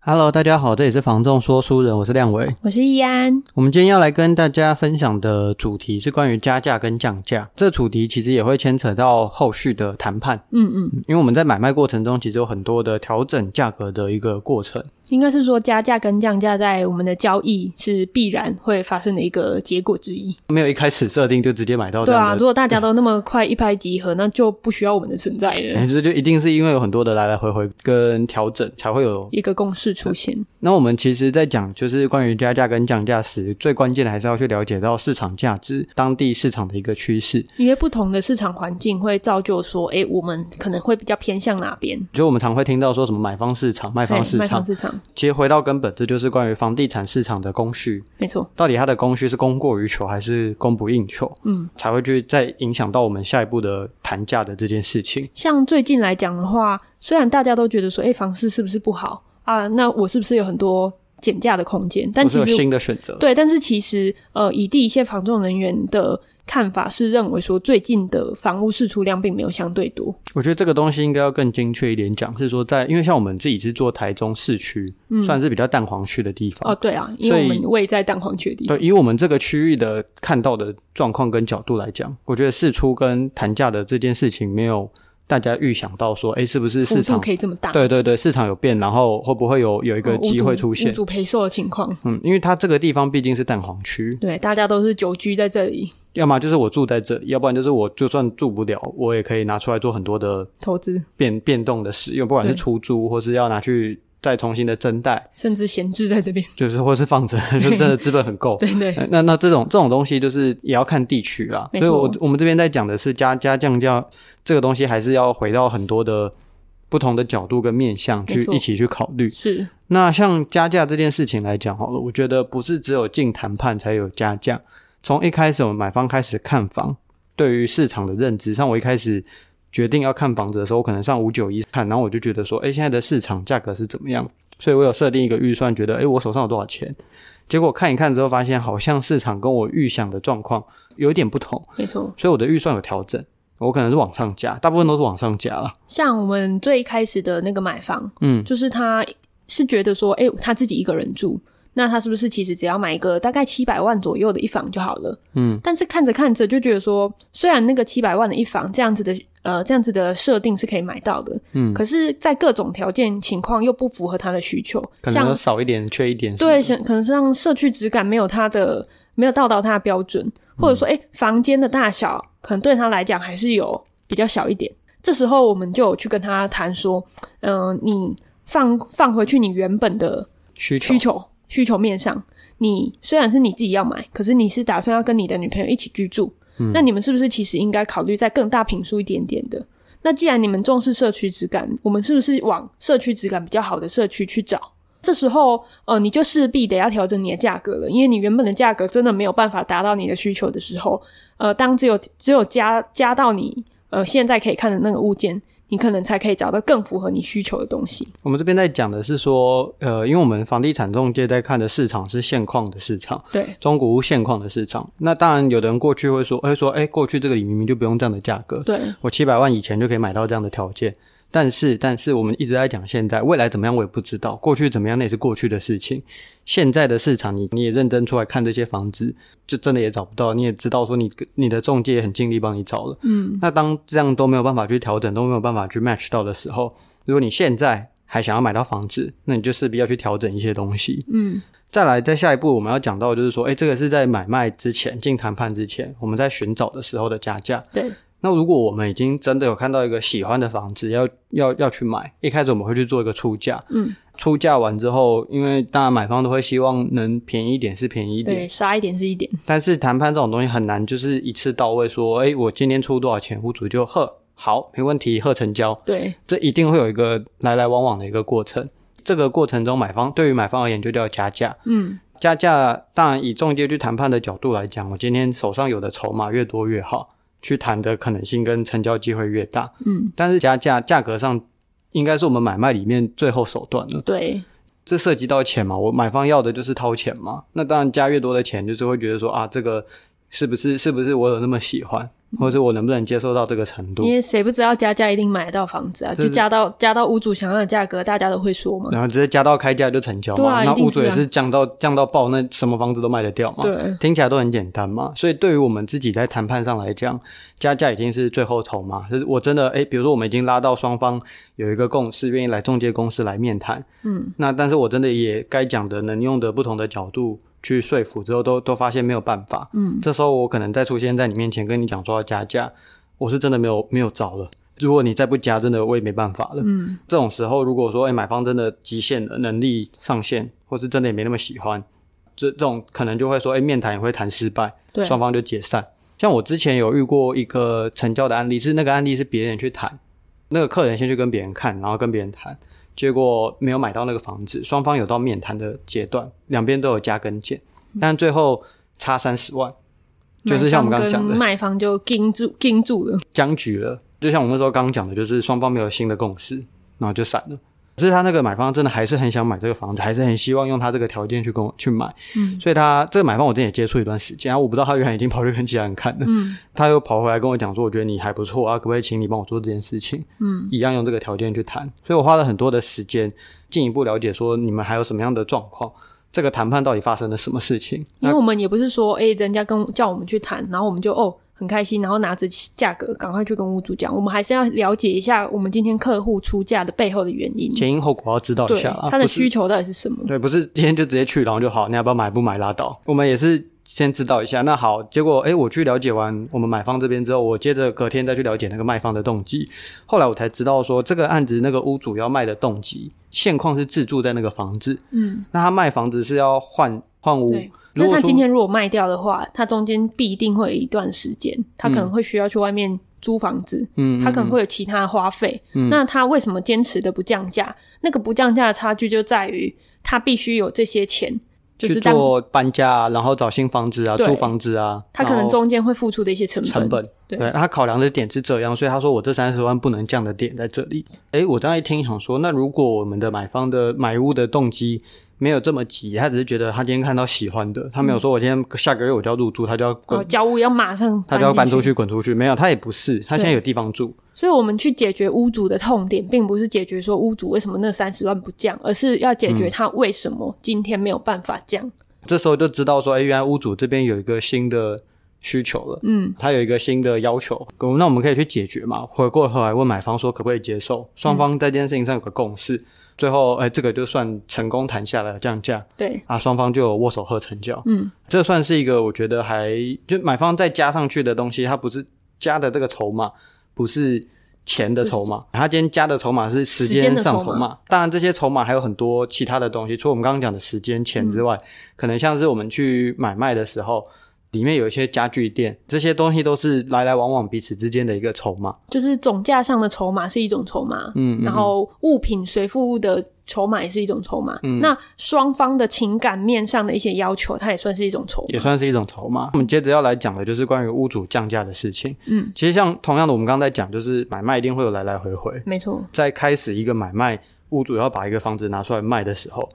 Hello，大家好，这里是房仲说书人，我是亮维。我是易安，我们今天要来跟大家分享的主题是关于加价跟降价。这主题其实也会牵扯到后续的谈判，嗯嗯，因为我们在买卖过程中其实有很多的调整价格的一个过程。应该是说加价跟降价在我们的交易是必然会发生的一个结果之一。没有一开始设定就直接买到这对啊，样如的。果大家都那么快一拍即合，那就不需要我们的存在了。哎这就一定是因为有很多的来来回回跟调整，才会有一个共识出现，那我们其实，在讲就是关于加价跟降价时，最关键的还是要去了解到市场价值、当地市场的一个趋势。因为不同的市场环境会造就说，诶，我们可能会比较偏向哪边？就我们常会听到说什么买方市场、卖方市卖场方，市场，其实回到根本，这就是关于房地产市场的供需，没错。到底它的供需是供过于求还是供不应求，嗯，才会去再影响到我们下一步的谈价的这件事情。像最近来讲的话，虽然大家都觉得说，诶，房市是不是不好啊？那我是不是有很多减价的空间？但或其是有实新的选择，对，但是其实呃，以地一线房仲人员的看法是认为说，最近的房屋市出量并没有相对多。我觉得这个东西应该要更精确一点讲，是说在因为像我们自己是做台中市区，嗯算是比较蛋黄区的地方哦，对啊，因为我所以们位在蛋黄区的地方对，以我们这个区域的看到的状况跟角度来讲，我觉得试出跟谈价的这件事情，没有大家预想到说，哎，是不是幅市度场？可以这么大，对对对，市场有变，然后会不会有有一个哦机会屋主出现屋？主赔售的情况。嗯，因为它这个地方毕竟是蛋黄区，对，大家都是久居在这里要么就是我住在这里，要不然就是我就算住不了，我也可以拿出来做很多的投资，变变动的使用，不管是对出租或是要拿去再重新的增贷，甚至闲置在这边。就是或是放着， 就真的资本很够。对对，哎那那这种这种东西就是也要看地区啦，没所以错我我们这边在讲的是加加降价这个东西，还是要回到很多的不同的角度跟面向没去错一起去考虑。是那像加价这件事情来讲好了，我觉得不是只有进谈判才有加价，从一开始我们买方开始看房，对于市场的认知，像我一开始。决定要看房子的时候，我可能上五九一看，然后我就觉得说，哎、现在的市场价格是怎么样？所以我有设定一个预算，觉得哎、诶我手上有多少钱？结果看一看之后，发现好像市场跟我预想的状况有一点不同，没错。所以我的预算有调整，我可能是往上加，大部分都是往上加了。像我们最开始的那个买房，嗯，就是他是觉得说，哎、他自己一个人住，那他是不是其实只要买一个大概七百万左右的一房就好了？嗯，但是看着看着就觉得说，虽然那个七百万的一房这样子的呃这样子的设定是可以买到的，嗯可是，在各种条件情况又不符合他的需求，可能像有少一点，缺一点。对，，像可能是让社区质感没有他的没有到达他的标准，或者说，哎、房间的大小可能对他来讲还是有比较小一点。这时候我们就有去跟他谈说，嗯、你放放回去你原本的需求需求需求面上，你虽然是你自己要买，可是你是打算要跟你的女朋友一起居住，那你们是不是其实应该考虑再更大平数一点点的？那既然你们重视社区质感，我们是不是往社区质感比较好的社区去找？这时候，呃，你就势必得要调整你的价格了，因为你原本的价格真的没有办法达到你的需求的时候，呃，当只有只有加加到你呃现在可以看的那个物件，你可能才可以找到更符合你需求的东西。我们这边在讲的是说，呃，因为我们房地产中介在看的市场是现况的市场，对，中古屋现况的市场。那当然，有的人过去会说，会说，哎，过去这个里明明就不用这样的价格，对，我七百万以前就可以买到这样的条件。但是，但是我们一直在讲现在，未来怎么样我也不知道，过去怎么样那也是过去的事情。现在的市场你，你也认真出来看这些房子，就真的也找不到，你也知道说你你的中介也很尽力帮你找了。嗯，那当这样都没有办法去调整，都没有办法去 match 到的时候，如果你现在还想要买到房子，那你就势必要去调整一些东西。嗯，再来，在下一步我们要讲到的就是说，哎，这个是在买卖之前、进谈判之前，我们在寻找的时候的加价。对，那如果我们已经真的有看到一个喜欢的房子，要要要去买，一开始我们会去做一个出价，嗯，出价完之后，因为当然买方都会希望能便宜一点是便宜一对，点，杀一点是一点，但是谈判这种东西很难就是一次到位说，哎，我今天出多少钱，屋主就呵好，没问题，贺成交，对，这一定会有一个来来往往的一个过程。这个过程中，买方对于买方而言就叫加价。嗯，加价当然以中介去谈判的角度来讲，我今天手上有的筹码越多越好，去谈的可能性跟成交机会越大。嗯，但是加价价格上应该是我们买卖里面最后手段了。对，这涉及到钱嘛，我买方要的就是掏钱嘛。那当然加越多的钱，就是会觉得说啊，这个是不是是不是我有那么喜欢，或者我能不能接受到这个程度？嗯因为谁不知道加价一定买得到房子啊？对就加到加到屋主想要的价格，大家都会说嘛。然后直接加到开价就成交嘛，对啊那一定屋主也是啊是降到降到爆，那什么房子都卖得掉嘛，对，听起来都很简单嘛。所以对于我们自己在谈判上来讲，加价已经是最后筹码。就是我真的诶，比如说我们已经拉到双方有一个共识，愿意来中介公司来面谈，嗯，那但是我真的也该讲的能用的不同的角度去说服之后都，都发现没有办法，嗯，这时候我可能再出现在你面前跟你讲说要加价，我是真的没有没有招了。如果你再不加，真的我也没办法了。嗯，这种时候，如果说哎、买方真的极限了，能力上限，或是真的也没那么喜欢，这这种可能就会说哎、面谈也会谈失败，对，双方就解散。像我之前有遇过一个成交的案例，是那个案例是别人去谈，那个客人先去跟别人看，然后跟别人谈，结果没有买到那个房子，双方有到面谈的阶段，两边都有加跟减，但最后差三十万，就是像我们刚刚讲嗯买方的跟，卖方就盯住盯住了。僵局了。就像我们那时候刚刚讲的，就是双方没有新的共识，然后就散了。可是他那个买方真的还是很想买这个房子，还是很希望用他这个条件去跟我去买，嗯所以他这个买方我之前也接触一段时间，然后啊我不知道他原来已经跑去跟其他人看了，嗯他又跑回来跟我讲说，我觉得你还不错啊，可不可以请你帮我做这件事情？嗯，一样用这个条件去谈，所以我花了很多的时间进一步了解说你们还有什么样的状况，这个谈判到底发生了什么事情？因那为我们也不是说，哎、人家跟叫我们去谈，然后我们就哦很开心，然后拿着价格赶快去跟屋主讲，我们还是要了解一下我们今天客户出价的背后的原因，前因后果要知道一对下啊，他的不是需求到底是什么。对，不是今天就直接去，然后就好，你要不要买不买拉倒。我们也是先知道一下，那好，结果诶，我去了解完我们买方这边之后，我接着隔天再去了解那个卖方的动机。后来我才知道说，这个案子那个屋主要卖的动机，现况是自住在那个房子，嗯，那他卖房子是要换换屋对。如那果他说今天如果卖掉的话，他中间必定会有一段时间，他可能会需要去外面租房子，嗯嗯，嗯他可能会有其他的花费。嗯那他为什么坚持的不降价？那个不降价的差距就在于他必须有这些钱，就去是当做搬家啊，然后找新房子啊，对租房子啊，他可然能后中间会付出的一些成本。成本。对他考量的点是这样，所以他说我这三十万不能降的点在这里。诶，我刚才一听想说，那如果我们的买方的买屋的动机没有这么急，他只是觉得他今天看到喜欢的，他没有说我今天下个月我就要入住，他就要滚，哦，交屋要马上他就要搬搬出进去。去滚出去，没有，他也不是，他现在有地方住，所以我们去解决屋主的痛点，并不是解决说屋主为什么那三十万不降，而是要解嗯决他为什么今天没有办法降。这时候就知道说，诶，哎原来屋主这边有一个新的需求了。嗯他有一个新的要求，那我们可以去解决嘛？回过头来问买方说可不可以接受，双方在这件事情上有个共识，最后哎，这个就算成功谈下来了降价对，啊，双方就有握手和成交。嗯，这算是一个我觉得还就买方再加上去的东西，它不是加的这个筹码，不是钱的筹码，他今天加的筹码是时时间间的上筹筹码码。当然，这些筹码还有很多其他的东西，除了我们刚刚讲的时间、钱嗯之外，可能像是我们去买卖的时候。里面有一些家具店，这些东西都是来来往往彼此之间的一个筹码。就是总价上的筹码是一种筹码，嗯嗯然后物品随附物的筹码也是一种筹码，嗯那双方的情感面上的一些要求，它也算是一种筹码，也算是一种筹码。我们接着要来讲的就是关于屋主降价的事情。嗯，其实像同样的，我们刚才讲，就是买卖一定会有来来回回。没错，在开始一个买卖，屋主要把一个房子拿出来卖的时候，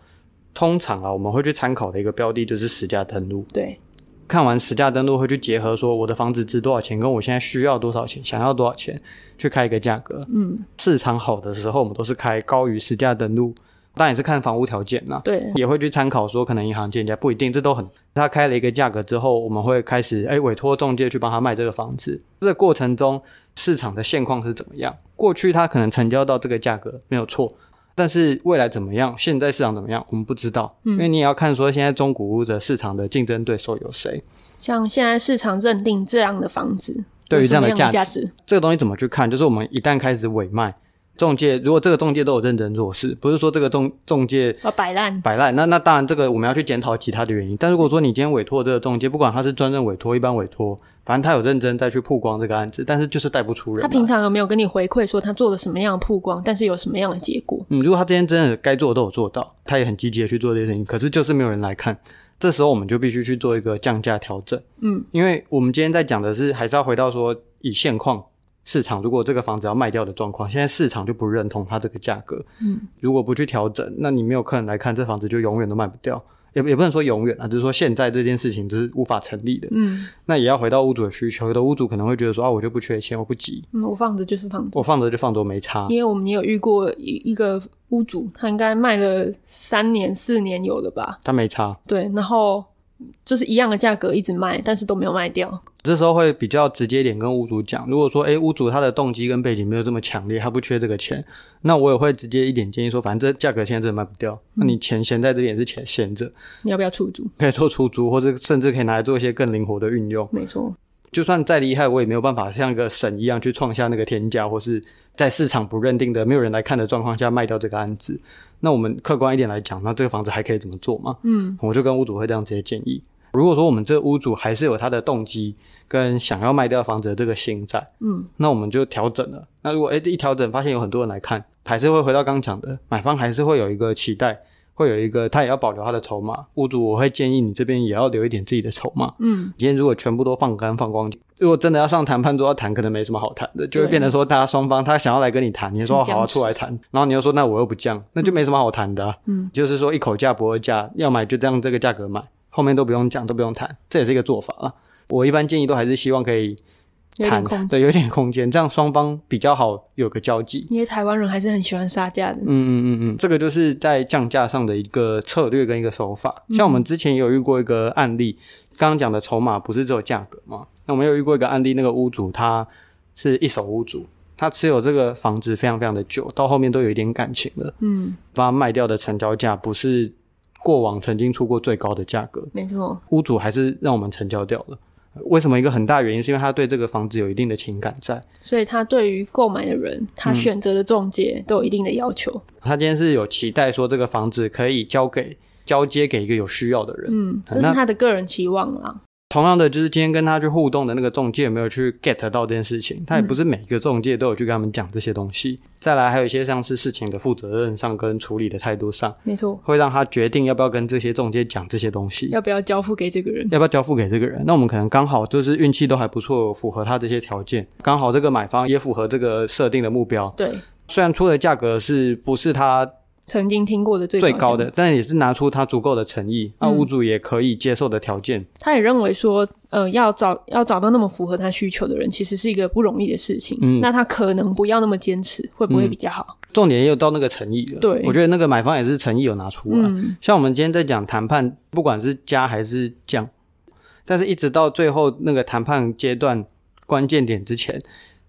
通常啊，我们会去参考的一个标的就是实价登录。对，看完实价登录，会去结合说我的房子值多少钱，跟我现在需要多少钱，想要多少钱，去开一个价格。嗯，市场好的时候，我们都是开高于实价登录，当然也是看房屋条件啦、对，也会去参考说，可能银行建价不一定，这都很。他开了一个价格之后，我们会开始哎委托中介去帮他卖这个房子。这个过程中，市场的现况是怎么样？过去他可能成交到这个价格没有错，但是未来怎么样？现在市场怎么样？我们不知道，因为你也要看说现在中古屋的市场的竞争对手有谁。像现在市场认定这样的房子对于有什么这样的样的价值，这个东西怎么去看？就是我们一旦开始委卖，中介如果这个中介都有认真做事，不是说这个中中介要哦摆烂，摆烂，那那当然这个我们要去检讨其他的原因。但如果说你今天委托这个中介，不管他是专任委托、一般委托，反正他有认真再去曝光这个案子，但是就是带不出人他来。平常有没有跟你回馈说他做了什么样的曝光，但是有什么样的结果？嗯，如果他今天真的该做的都有做到，他也很积极的去做这些事情，可是就是没有人来看，这时候我们就必须去做一个降价调整。嗯，因为我们今天在讲的是还是要回到说以现况市场，如果这个房子要卖掉的状况，现在市场就不认同它这个价格。嗯，如果不去调整，那你没有客人来看，这房子就永远都卖不掉。也也不能说永远啊，只是说现在这件事情就是无法成立的。嗯那也要回到屋主的需求，有的屋主可能会觉得说啊，我就不缺钱，我不急，嗯，我放着就是放着。我放着就放着，我没差。因为我们也有遇过一一个屋主，他应该卖了三年四年有了吧？他没差，对，然后就是一样的价格一直卖，但是都没有卖掉。这时候会比较直接一点跟屋主讲，如果说诶屋主他的动机跟背景没有这么强烈，他不缺这个钱，那我也会直接一点建议说，反正这价格现在真的卖不掉，那你钱闲在这里也是钱闲着，你要不要出租？可以做出租，或者甚至可以拿来做一些更灵活的运用。没错，就算再厉害，我也没有办法像个神一样去创下那个天价，或是在市场不认定的、没有人来看的状况下卖掉这个案子。那我们客观一点来讲，那这个房子还可以怎么做嘛？嗯，我就跟屋主会这样直接建议。如果说我们这个屋主还是有他的动机跟想要卖掉房子的这个心在，嗯，那我们就调整了。那如果诶欸一调整发现有很多人来看，还是会回到刚讲的，买方还是会有一个期待，会有一个他也要保留他的筹码。屋主我会建议你这边也要留一点自己的筹码，嗯，今天如果全部都放干放光，如果真的要上谈判桌要谈，可能没什么好谈的，就会变成说大家双方他想要来跟你谈，你说很哦好啊僵持出来谈，然后你又说那我又不降，那就没什么好谈的、 啊。嗯，就是说一口价不二价，要买就这样这个价格买，后面都不用讲，都不用谈，这也是一个做法啊。我一般建议都还是希望可以有谈啊点空，间。对，有一点空间，这样双方比较好有个交集。因为台湾人还是很喜欢杀价的。嗯嗯嗯嗯，这个就是在降价上的一个策略跟一个手法。像我们之前也有遇过一个案例，刚刚讲的筹码不是只有价格嘛？那我们有遇过一个案例，那个屋主他是一手屋主，他持有这个房子非常非常的久，到后面都有一点感情了，嗯，把它卖掉的成交价不是过往曾经出过最高的价格，没错，屋主还是让我们成交掉了。为什么？一个很大原因是因为他对这个房子有一定的情感在。所以他对于购买的人，他选择的中介都有一定的要求。他今天是有期待说这个房子可以交给交接给一个有需要的人。嗯，这那是他的个人期望啦。同样的，就是今天跟他去互动的那个中介有没有去 get 到这件事情？嗯他也不是每一个中介都有去跟他们讲这些东西。再来，还有一些像是事情的负责任上跟处理的态度上，没错，会让他决定要不要跟这些中介讲这些东西。要不要交付给这个人？要不要交付给这个人？那我们可能刚好就是运气都还不错，符合他这些条件，刚好这个买方也符合这个设定的目标。对，虽然出的价格是不是他曾经听过的最最高高的，，但也是拿出他足够的诚意，那、嗯屋主也可以接受的条件。他也认为说，呃，要找要找到那么符合他需求的人，其实是一个不容易的事情。嗯那他可能不要那么坚持，会不会比较好？重点也有到那个诚意了。对我觉得那个买方也是诚意有拿出来。嗯像我们今天在讲谈判，不管是加还是降，但是一直到最后那个谈判阶段关键点之前，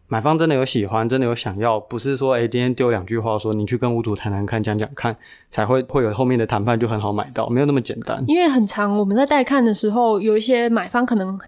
买方真的有喜欢，真的有想要，不是说哎、诶今天丢两句话说你去跟屋主谈谈看，讲讲看，才会会有后面的谈判就很好买到，没有那么简 单。因为很长，我们在带看的时候，有一些买方可能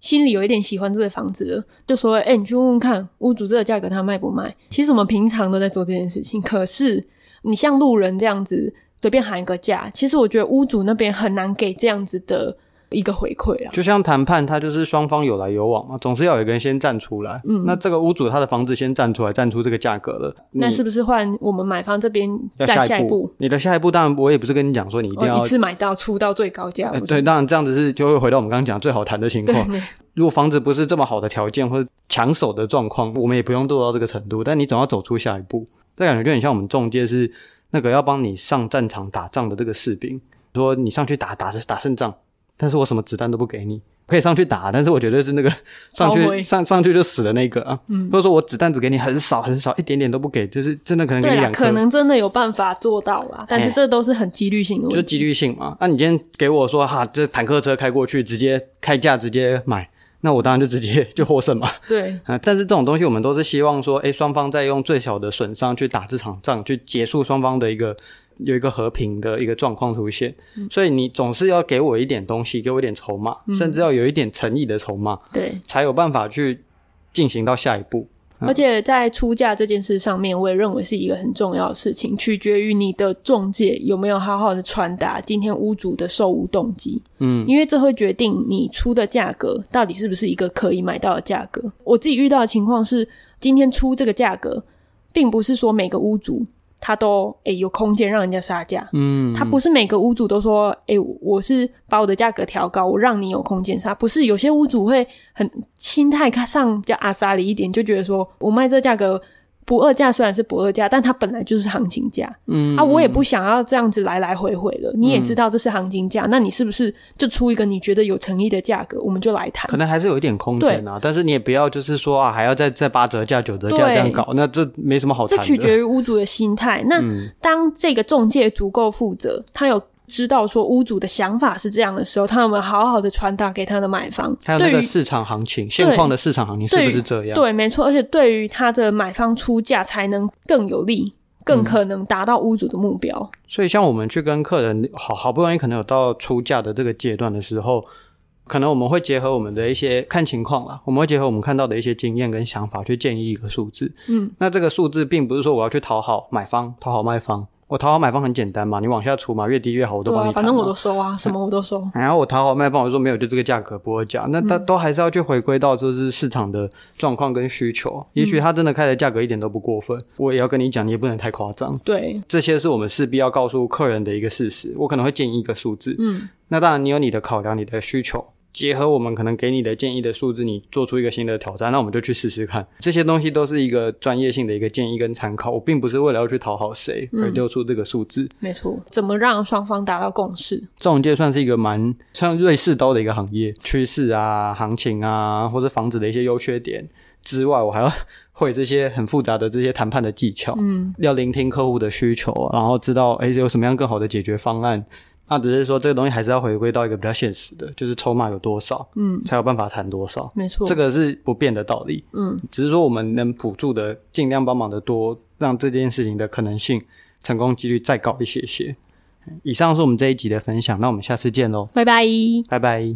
心里有一点喜欢这个房子了，就说：“哎、你去问问看屋主这个价格他卖不卖？”其实我们平常都在做这件事情，可是你像路人这样子随便喊一个价，其实我觉得屋主那边很难给这样子的一个回馈啦。就像谈判，它就是双方有来有往嘛，总是要有一个人先站出来。嗯，那这个屋主他的房子先站出来，站出这个价格了，那你是不是换我们买方这边要再下一步？你的下一步当然我也不是跟你讲说你一定哦，要、一次买到出到最高价，呃我觉对，得当然这样子是就会回到我们刚刚讲最好谈的情况。对，如果房子不是这么好的条件或者抢手的状况，我们也不用做到这个程度，但你总要走出下一步。这感觉就很像我们中介是那个要帮你上战场打仗的这个士兵，说你上去打打打胜仗，但是我什么子弹都不给你，可以上去打，但是我绝对是那个上烧去灰上上去就死的那个啊，嗯或者说我子弹只给你很少很少，一点点都不给，就是真的可能给对你啦，两颗哎可。能真的有办法做到啦，但是这都是很几率性的就是问几题。率性嘛，那、你今天给我说哈，这坦克车开过去，直接开价直接买，那我当然就直接 就获胜嘛。对，啊，但是这种东西我们都是希望说，哎，双方在用最小的损伤去打这场仗，去结束双方的一个有一个和平的一个状况出现。嗯所以你总是要给我一点东西，给我一点筹码，甚至要有一点诚意的筹码，对，才有办法去进行到下一步。而且在出价这件事上面，我也认为是一个很重要的事情，取决于你的中介有没有好好的传达今天屋主的售屋动机。嗯，因为这会决定你出的价格到底是不是一个可以买到的价格。我自己遇到的情况是，今天出这个价格，并不是说每个屋主他都诶、有空间让人家杀价。嗯，他不是每个屋主都说，诶、我是把我的价格调高，我让你有空间杀。不是有些屋主会很心态上比较阿萨里一点，就觉得说我卖这价格不二价，虽然是不二价，但它本来就是行情价。嗯啊，我也不想要这样子来来回回了。你也知道这是行情价，那你是不是就出一个你觉得有诚意的价格，我们就来谈可？能还是有一点空间啊，但是你也不要就是说啊，还要再再八折价、九折价对这样搞，那这没什么好这谈的。嗯取决于屋主的心态。那当这个中介足够负责，他有知道说屋主的想法是这样的时候，他有没有好好的传达给他的买方？还有那对个于市场行情，现况的市场行情是对不于是这样？对，没错。而且对于他的买方出价才能更有利，更嗯可能达到屋主的目标。所以像我们去跟客人好好不容易可能有到出价的这个阶段的时候，可能我们会结合我们的一些看情况啦，我们会结合我们看到的一些经验跟想法去建议一个数字。嗯，那这个数字并不是说我要去讨好买方、讨好卖方，我讨好买方很简单嘛，你往下出嘛，越低越好，我都对帮啊，你谈反嘛、正我都收啊，什么我都收。然后我讨好卖方，我说没有，就这个价格不二价，那他都还是要去回归到就是市场的状况跟需求。也许他真的开的价格一点都不过分，我也要跟你讲，你也不能太夸张。 对，这些是我们势必要告诉客人的一个事实。我可能会建议一个数字，嗯，那当然你有你的考量，你的需求，结合我们可能给你的建议的数字，你做出一个新的挑战，那我们就去试试看。这些东西都是一个专业性的一个建议跟参考，我并不是为了要去讨好谁而丢出这个数字。没错。怎么让双方达到共识？中介算是一个蛮像瑞士刀的一个行业，趋势啊、行情啊，或者房子的一些优缺点之外，我还要会这些很复杂的这些谈判的技巧，嗯，要聆听客户的需求啊，然后知道诶有什么样更好的解决方案。那只是说这个东西还是要回归到一个比较现实的，就是筹码有多少，嗯，才有办法谈多少，没错。这个是不变的道理。嗯，只是说我们能辅助的，尽量帮忙的多，让这件事情的可能性、成功几率再高一些些。以上是我们这一集的分享，那我们下次见喽，拜拜。拜拜。